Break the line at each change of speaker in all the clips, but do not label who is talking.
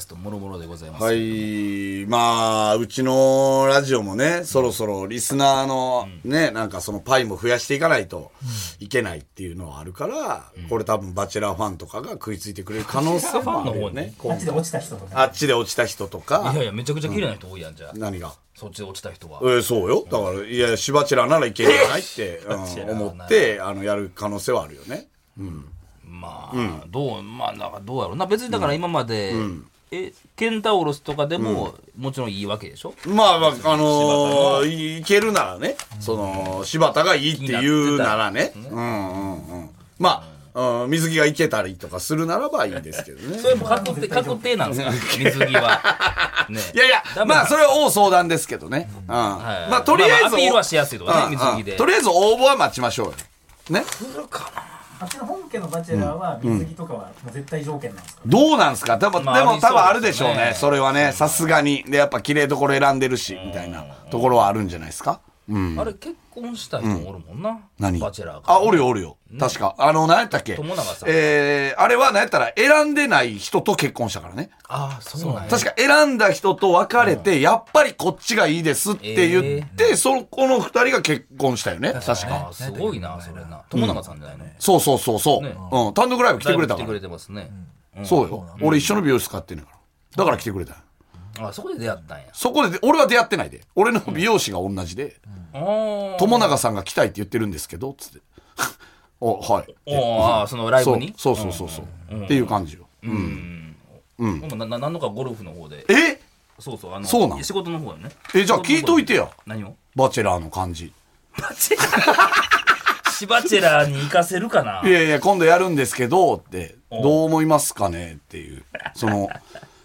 ストもろもろでございます、
はい。まあ、うちのラジオもね、そろそろリスナーのね、なんかそのパイも増やしていかないといけないっていうのはあるから、これ多分バチェラーファンとかが食いついてくれる可能性もあるよね。
あっちで落ちた人とか
あっちで落ちた人とか
い、やいやめちゃくちゃ綺麗な人多いやんじゃあ、
何が
そっちで落ちた人は
えーそうよ。だから、いや、シバチェラーならいけるんじゃないって、うん思って、あの、やる可能性はあるよね。
まあ、どうまあなんかどうやろうな別にだから今まで、えケンタウロスとかでも、もちろんいいわけでしょ
まあまあ、あのー、いけるならね、その、柴田がいいって言うならね、うんうんうん。まあ、うん水着がいけたりとかするならばいいですけどね。
それも確定確定なんですか水着はね
いやいや、まあ、それは大相談ですけどね。うん。
はい
まあ、とりあえず、
まアピールはしやすいとか
う
ね
んうん
水着で
とりあえず応募は待ちましょうよ。ね。
あっちの本家のバチェラーは水着とかはもう絶対条件なんですか、
どうなんすかでも、
まあ
で
あ
も
りそうですね
多分あるでしょうね。それはね、さすがに。で、やっぱ綺麗どころ選んでるし、みたいなところはあるんじゃないですか。うん。
あれ結婚した人もおるもんな、
何
バチェラーが
あ、おるよおるよ。確か。あの、何やったっけ
友永さん
えー、あれは何やったら選んでない人と結婚したからね。
ああそうなんや
確か選んだ人と別れて、やっぱりこっちがいいですって言って、そこの二人が結婚したよね。確か。
あーすごいなそれな友永さんじゃないの、
そうそうそうそう。
ね
うん。単独ライブ来てくれた
だ
か
いぶ来てく
ら。
れてますね、
そうよ。俺一緒の美容室買ってんねんから。だから来てくれたよ。
あそこで出会ったんや
そこで、俺は出会ってないで。俺の美容師が同じで、
あー
友永さんが来たいって言ってるんですけど、つって。 お、はい。
おーあーそのライブに
そうそうそうそうそう、っていう感じよ、
うんでもなななんのかゴルフの方で
え
そうそうあの
そうなん
仕事の方よね
えじゃあ聞いといてや
何を
バチェラーの感じ
バチェラーシバチェラーに行かせるかない
やいや今度やるんですけどってどう思いますかねっていうその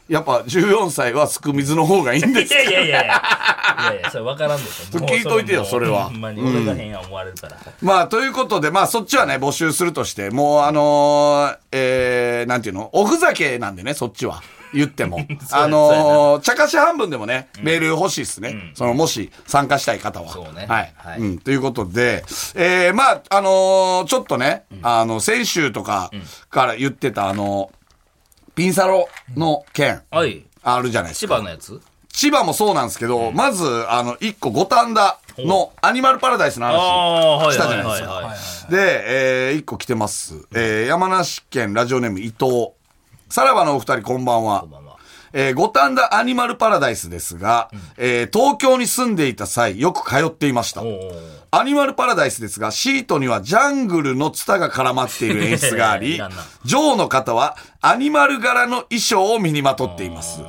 やっぱ14歳はすく水の方がいいんです
いやいやいやいやいやいやそれ分からんでしょも う
聞いといてよそれは
もうほんまに俺が変や思われるから、
まあということでまあそっちはね募集するとしてもうあのー、えー、なんていうのおふざけなんでねそっちは言って もあのー、茶化し半分でもね、メール欲しいですね、そのもし参加したい方は
そうね
はい、
はい
うん。ということで、えー、まあ、あのーちょっとね、あの、先週とかから言ってた、あの、ピンサロの件、
はい
あるじゃないです
千
か。
葉のやつ
千葉もそうなんですけど、まず、あの、一個五反田のアニマルパラダイスの話、したじゃないですか。
はい
で、えー、一個来てます。えー、山梨県ラジオネーム伊藤。さらばのお二人、こんばんは。
こんばんは
えー、五反田アニマルパラダイスですが、えー東京に住んでいた際、よく通っていました
お。ー
アニマルパラダイスですが、シートにはジャングルのツタが絡まっている演出があ
い
り
らんな、
ジョーの方はアニマル柄の衣装を身にまとっています。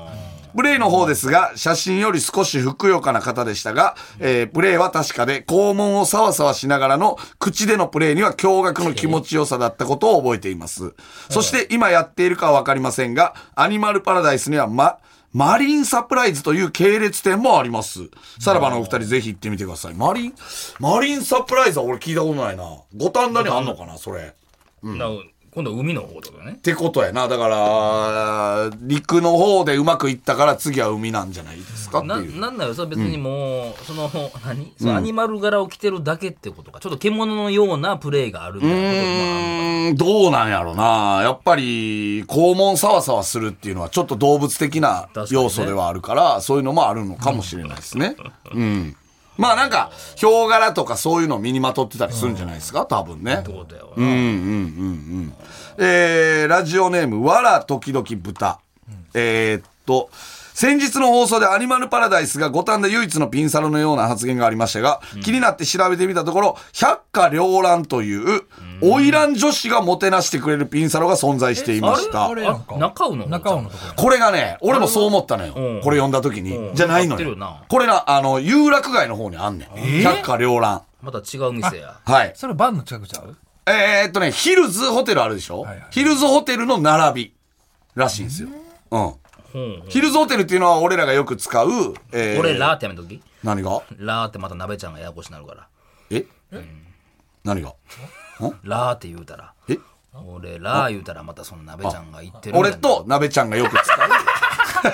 プレイの方ですが、写真より少しふくよかな方でしたが、えープレイは確かで、肛門をさわさわしながらの口でのプレイには驚愕の気持ちよさだったことを覚えています。そして今やっているかはわかりませんが、アニマルパラダイスにはま、マリンサプライズという系列店もあります。さらばのお二人ぜひ行ってみてください。マリン、マリンサプライズは俺聞いたことないな。五反田にあんのかな、それ。
な今度は海の方とかね
ってことやな。だから、陸の方でうまくいったから次は海なんじゃないですかって
な
いう。
なんだよそれ別にもう、その何そのアニマル柄を着てるだけってことかちょっと獣のようなプレイがあるみたいなこともある
うーん、どうなんやろな。やっぱり、肛門サワサワするっていうのはちょっと動物的な
確かにね
要素ではあるから、そういうのもあるのかもしれないですね。うん。まあなんか、ヒョウ柄とかそういうのを身にまとってたりするんじゃないですか、多分ね。
ってことだよ、
うんうんうんうん。えー、ラジオネーム、わら時々豚。えーっと、先日の放送でアニマルパラダイスが五反田唯一のピンサロのような発言がありましたが、気になって調べてみたところ、百花繚乱という、花魁女子がもてなしてくれるピンサロが存在していました
あ。れ
れなんか
あ中尾の
中尾のところ
これがね、俺もそう思ったのよ。
うん
これ読んだ時
う
に。
ん
じゃないの
やって
よ
るな。
これな、あの、有楽街の方にあんねん。百花繚乱。
また違う店や
はい。
それバンの近くちゃう
えーっとね、ヒルズホテルあるでしょ、
はいはい
ヒルズホテルの並びらしいんですよ。うん。ヒルズホテルっていうのは俺らがよく使う、えー、
俺ラーってやめとき
何が
ラーってまた鍋ちゃんがややこしになるから
え何が
ラーって言うたら
え
俺ラー言うたらまたその鍋ちゃんが言ってる
俺と鍋ちゃんがよく使う、
はっ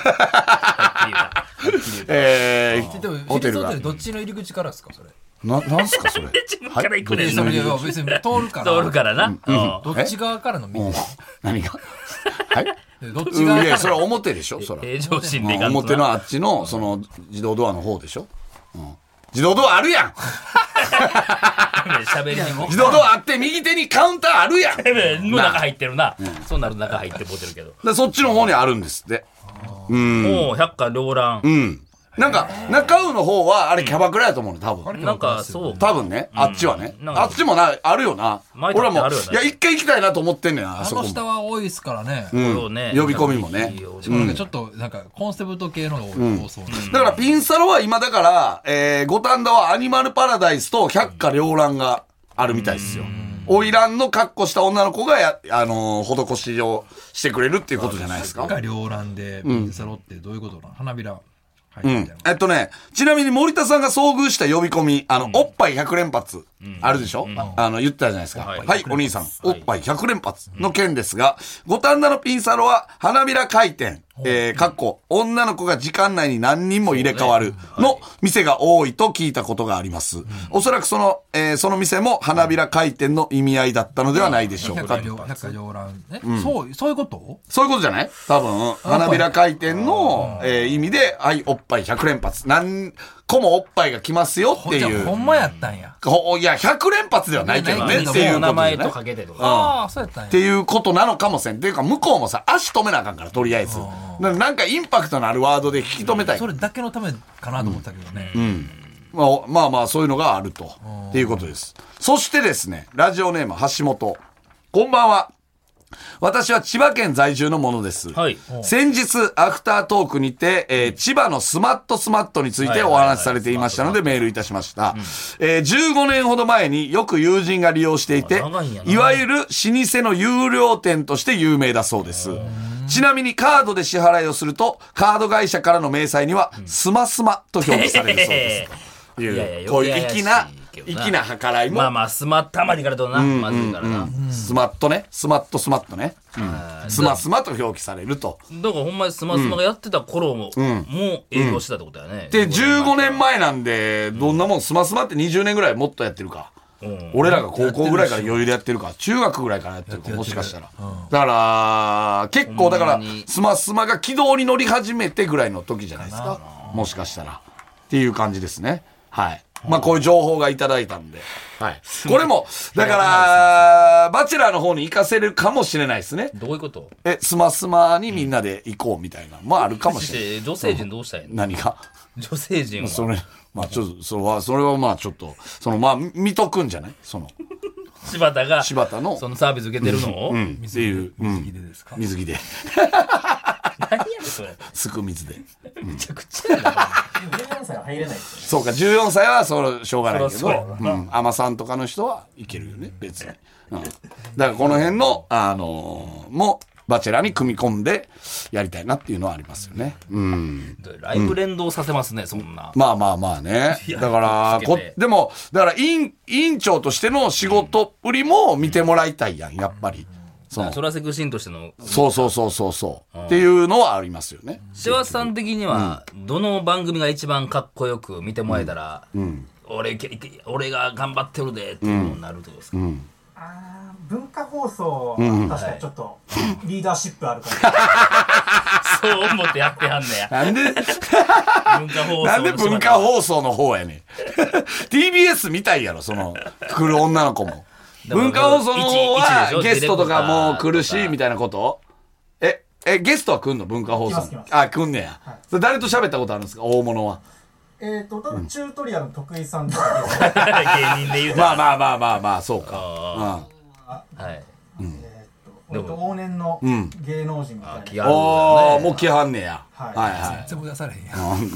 きり言うたはっきり言うた
えー
でもヒ
ホテ
ル
ル
ズホ
が
テル。どっちの入り口からですかそれ
な、なんすかそれ。
自分から行くねん
別
それ
に別に通るから
通るからな。うん
どっち側からの
う
見
ん。何 がはい
てどっ
う
ち
ん、い
側から
や、それは表でしょそれ
平常心でい
は。
かんと
表
な
のあっちの、その、自動ドアの方でしょうん。自動ドアあるやん
喋りにも
自 動ドアあって右手にカウンターあるやん
の中入ってるな。そうなると中入ってもうてるけど。
でそっちの方にあるんですって。うん。
もう百花繚乱。
うん。なんか、中尾の方は、あれキャバクラやと思うの、多分。
なんかそう。
多分ね、あっちはね。
なんか
あっちもな、あるよな。
前
俺
だって
はも
あ
う
るよね、
いや、一回行きたいなと思ってんねん、あ
あ
そ
の
こ
下
も。
は多いですからね、
うんね
呼び込みもね
いいよ
しかもなんかちょっとなんかコンセプト系のが多多そう
だ
な、
から、ピンサロは今だから、えー、五反田はアニマルパラダイスと百花繚乱があるみたいですよ。花魁の格好した女の子がや、あのー施しをしてくれるっていうことじゃないですか。
が両乱でピンサロってどういうことなの花びら入ってみたいな、
えっとね、ちなみに森田さんが遭遇した呼び込み、あの、おっぱい100連発、あるでしょ、あの、言ってたじゃないですか。
は
はいい、お兄さん、おっぱい100連発の件ですが、五反田のピンサロは、花びら回転、えー、かっこ、女の子が時間内に何人も入れ替わるの店が多いと聞いたことがあります。おそらくその、えーその店も花びら回転の意味合いだったのではないでしょう
百
か
花。両百花両乱え、そうそういうこと
そういうことじゃない多分、花びら回転の、えー意味で、はい、おっぱい100連発。何個もおっぱいが来ますよっ
ほ
て
じゃあ
い
ほ
う。
んまやったんや、
ほいや、100連発ではないけどね、
いやないけど
っていうことじゃない
名前とかけてとか。
ああそうやったんや
っていうことなのかもせん。っていうか、向こうもさ、足止めなあかんから、とりあえず。ななんかインパクトのあるワードで引き止めたい
そ。れだけのためかなと思ったけどね、
まあ、おまあまあ、そういうのがあると。っていうことです。そしてですね、ラジオネーム、橋本。こんばんは。私は千葉県在住のものです。
はい
先日、アフタートークにて、えー千葉のスマットスマットについてお話しされていましたので、メールいたしました。えー15年ほど前によく友人が利用していて
あ長いんや、ない
わゆる老舗の有料店として有名だそうです。ちなみにカードで支払いをすると、カード会社からの明細には、スマスマと表記されるそうです。 という
いやいや
こういう粋な
余計怪しいけどな
粋な計らいも、
まあまあ、スマたまにからどうな。まずいからな。
スマットねスマットスマットね、うんスマスマと表記されると
だからほんまにスマスマがやってた頃も、もう営業してたってことだよね。
で15年前なんでどんなもんスマスマって20年ぐらいもっとやってるか、
ん
俺らが高校ぐらいから余裕でやってるか中学ぐらいからやってるかもしかしたら、だから結構だからスマスマが軌道に乗り始めてぐらいの時じゃないですかもしかしたらっていう感じですねはいまあこういう情報がいただいたんで、はい、これもだからバチェラーの方に行かせるかもしれないですね
どういうこと
え、スマスマにみんなで行こうみたいな、まああるかもしれない。
で女性陣どうしたいの
何が
女性陣は。
それ、まあちょっと、それは、それはまあちょっと、そのまあ、見とくんじゃないその、
柴田が、
柴田の
そのサービス受けてるのを、
うん、っていう、うん、
いいですか
水着で、
何やねんそれ。
すく水で。
めちゃくちゃやな。
14歳は入れないですよ
そうか、14歳は、その、しょうがないけ
そ
ど、
りゃそうや
うん、海女さんとかの人はいけるよね、別に。うん。だからこの辺の、あのーも、バチェラーに組み込んでやりたいなっていうのはありますよね。うん。
ライブ連動させますね、そんな。
まあまあまあね。
や
だから、
気を
こ
つけて、
でも、だから、委員、委員長としての仕事っぷりも見てもらいたいやん、やっぱり。その
それはセクシーンとしての、
そうそうそうそうそう。っていうのはありますよね。
柴田さん的には、どの番組が一番かっこよく見てもらえたら、俺いけいけ俺が頑張ってるでっていうのになるってことですか、
あー文化放送は確かにちょっとリーダーシップあるから
そう思ってやってはんねや
なんで、
文化放送
なんで文化放送の方 やねん。TBS みたいやろ、その、来る女の子も。
でも
文化放送の方
一一でしょ
は、ゲストとかも
テ
来る
レビとか
し、みたいなことえ、え、ゲストは来んの文化放
来
送
ます来ます
あ、来んねや。それ誰と喋ったことあるんですか大物は。
えっと多分チュートリアルの徳井さんとか
芸人で言うたら、
まあまあまあまあまあ、そうか。うん。
はい、
えーと割と往年の芸能人みたいな
気ある
あ
よ
あ、もう来はんねや。は
はいい
は
全部出されへんやん
い。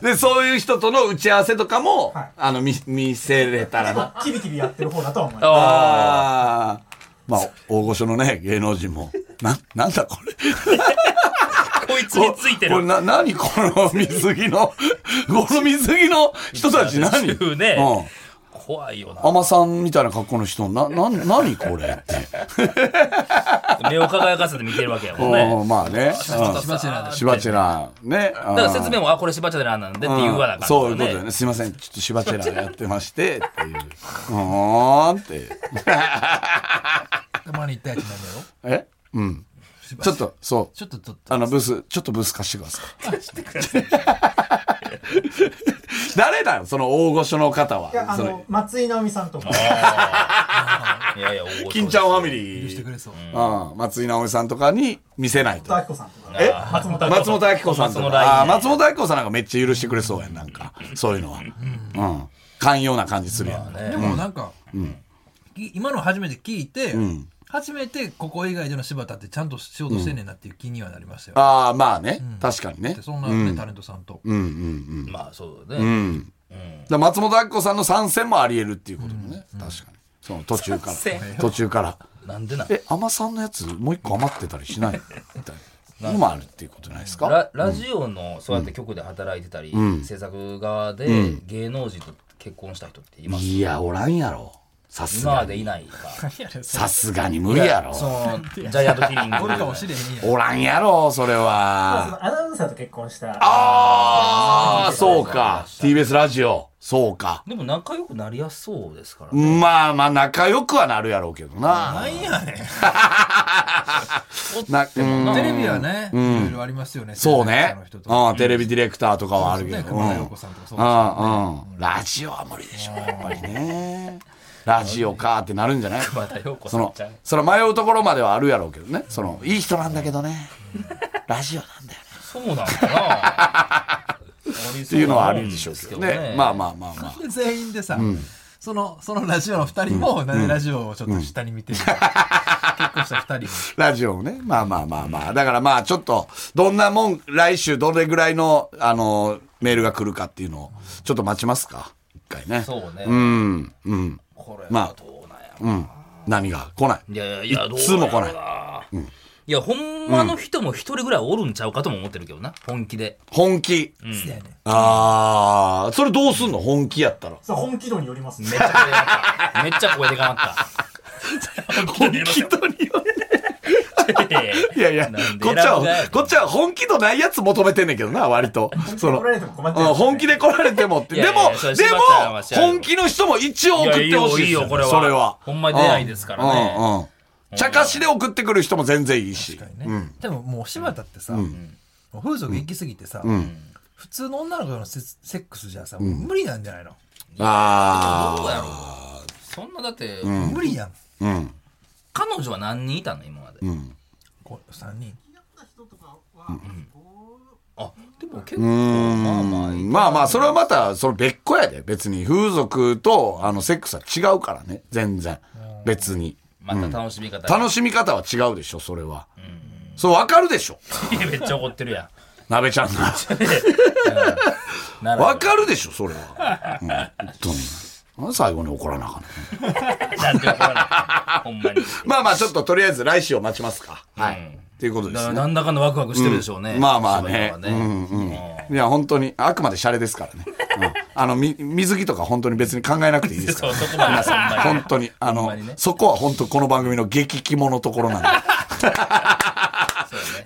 で、そういう人との打ち合わせとかも
はい、
あの、見、見せれたらな。
キビキビやってる方だとは思います
あ
ああ。まあ、大御所のね、芸能人も。な、なんだこれ。
あこいつについて
これ
る
な、なにこの水着の、この水着の人たち何
中ね
うん。
怖いよな。
海さんみたいな格好の人、な、な、なにこれって。
目を輝かせて見てるわけやもんね。
うんまあね。うん
しばちらだ
しばちら、ね。だか
だから説明も、あ、これしばちゃなんでって言わなあかん
そういうこと
ね
よね。すいません。ちょっとしばちらやってまして、っていう。うーんって。
たまに行ったやつなんだよ。
えうん。ちょっと、そう。
ちょっとちょっと。
あの、ブース、ちょっとブース貸してください。誰だよ、その大御所の方は。
いや、あ
そ
の
の、、
松井直美さんとか、
いやいや、大御所
金ちゃんファミリ
許してく
ー。
れそう。
うん、松井直美さんとかに見せないと。
明子さんとか、
え
松本明子
松本明子さんと
松本
か。
ライン
ああー、松本明子さんなんかめっちゃ許してくれそうやん、なんか。そういうのは。うん。寛容な感じするやん。
でもなんか、い今の初めて聞いて、初めてここ以外での柴田ってちゃんと仕事してんねんなっていう気にはなりましたよ。
ああ、まあね。確かにね
で。そんな、ねタレントさんと。
まあ、そうだね。
だから松本明子さんの参戦もあり得るっていうこともね。確かに。その途中か
参
ら。途中から。
なんでなん
え、甘さんのやつもう一個余ってたりしないみたいな。のもあるっていうことじゃないですか。
ララジオのそうやって局で働いてたり、制作側で芸能人と結婚した人っています
いや、おらんやろ。さす
今
が
ま
に。
でいないか
さすがに無理やろ。
そのジャイアントキリング
おるかもしれへんやん。
おらんやろ、それ
そ
は。
のアナウンサーと結婚した、
ああ、そうか。TBS ラジオ。そうか。
でも仲良くなりやすそうですからね、
まあまあ、仲良くはなるやろうけどな。
なんや ねん。
なくてもな
テレビはね、いろいろありますよね。
そうね
制作者の人。とか
うん、テレビディレクターとかはあるけ
ね、
ど。
熊
う
田
ん
曜子さんとかそう
うんうん。ラジオは無理でしょ、やっぱりね。ラジオかーってなるんじゃない
またようこ
そ
さん
の
ちゃん、
その迷うところまではあるやろうけどね。その、いい人なんだけどね。ラジオなんだよね。
そうな んかな
っていうのはあるんでしょうけどね。まあ
あ
まあまあまあ。
で全員でさ、そのそのラジオの2人も、なんでラジオをちょっと下に見てる、結婚した2人
ラジオもね。まあまあまあまあ。だからまあちょっと、どんなもん、来週どれぐらいの、あの、メールが来るかっていうのを、ちょっと待ちますか。一回ね。
そうね、
うん、うん。
これ
まあ
はどうなんやろ
何が来ない。
いやいやいや、
いつも来ない
どうやろうな。いや、ほんまの人も一人ぐらいおるんちゃうかとも思ってるけどな、本気で。
本気。
で、ね
ああ、それどうすんの本気やったら。
それ本気度によりますね
めっちゃ声でかかった。めっちゃ声でかかった。本気とに
いやいや、
なんで選ぶ
こっち
んだ
は
よ、
こっちは本気度ないやつ求めてんねんけどな、割 と。その
怒ら、れても困っちゃい
うん
ますね
本気で来られてもって。
いや
で
いや
も、
それ
でも
柴田は、知らんよ
本気の人も一応送ってほしいです
いやいいよいいよこれは
それは。
ほんまに出ないですからね
うんうんうん。茶化しで送ってくる人も全然いいし。
ねでももう柴田ってさ、もう風俗行き過ぎてさ、普通の女の子のセセックスじゃさ、もう無理なんじゃないの、
どうや
あ
ろうそんなだって、
無理やん
あ。うん。
彼女は何人いたの今まで。
こう3人
あ、でも結構、まあまあいい。
まあまあ、それはまた、その別個やで。別に、風俗と、あの、セックスは違うからね。全然。別に。
また楽しみ方が。
楽しみ方は違うでしょ、それは。そう、わかるでしょ。
いや めっちゃ怒ってるや
鍋ちゃん が。
ん。な
わ
ら、
かるでしょ、それは。うん、本当に。なんで最後に怒らなあかんの
なんて怒らない。ほんまに。
まあまあ、ちょっととりあえず来週を待ちますか。 はい。っていうことで
だか
す
ら
ね。
なんだかのワクワクしてるでしょうね。
うんまあまあね
柴田は
うん
うん
いや、本当に、あくまでシャレですからね。うんあの、み、水着とか本当に別に考えなくていいですか
そう、
ら。
そこまではそんなに
本当に、あ
ほん
の
まにね、
そこは本当この番組の激肝のところ なんで。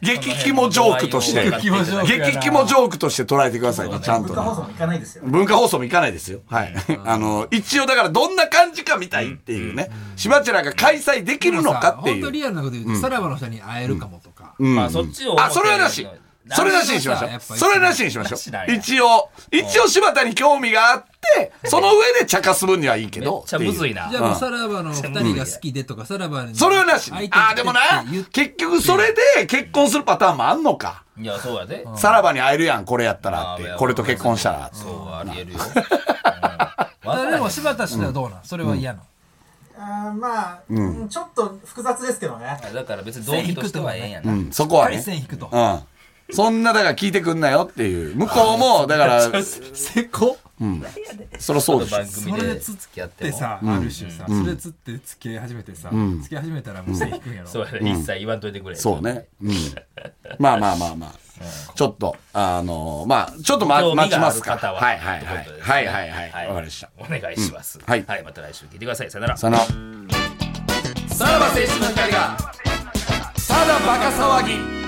激肝ジョークとして、
激肝
ジョークやな
激肝ジョークとして捉えてくださいね、ちゃんと
文
ね
化。放送も行かないですよ。
文化放送も行かないですよ。はい。 あの、一応だからどんな感じか見たいっていうね。しばちらが開催できるのかって
でもさ本
い
当
う。
リアルなこと言うと、さらばの人に会えるかもとか、
まあそっちを。
あ、それはなし。それなしにしましょ
やっぱ
う。
り
それなしにしましょ
なしなん
う。
や
一応、一応柴田に興味があって、その上で茶化す分にはいいけ
めっ
ど。
ちゃむずい
って
な
じ。ゃあもうさらばの2人が好きでとか、さらばに
うそれはなし。
会いた
あー、
いで
ですもな
って言っ、
結局それで結婚するパターンもあんのか。
いや、そうやで。
さらばに会えるやん、これやったらっ
あ
て
ー。
これと結婚したらって。
そう、ありえるよ。
だからでも柴田氏はどうなん、それは嫌なの、
あーまあ、うんちょっと複雑ですけどね。
だから別に動機としてはええんやな。
そこは
回
ね。
線引くと
うん。そんな、だから聞いてくんなよっていう。向こうも、だから、
成功
そりゃそうでしょ
番。組で付き合っ
で
ても。
さ、ある種さ、それつって付き合い始めてさ、付き合い始めたらもう線引くんやろ、
そうやで、一切言わんといてくれ。
そうね。うん。まあまあまあまあ。ちょっと、あの、まあ、ちょっとま
興味
待ち
が
ま
あ
す
る
か
方
ら。
は。
はいはい
と
は
う
い
こと。ですね
はいはいはい。わかりました。
お願いします。
んはい
また来週聞いてください。さよなら。
その、さらば青春の光が、ただバカ騒ぎ。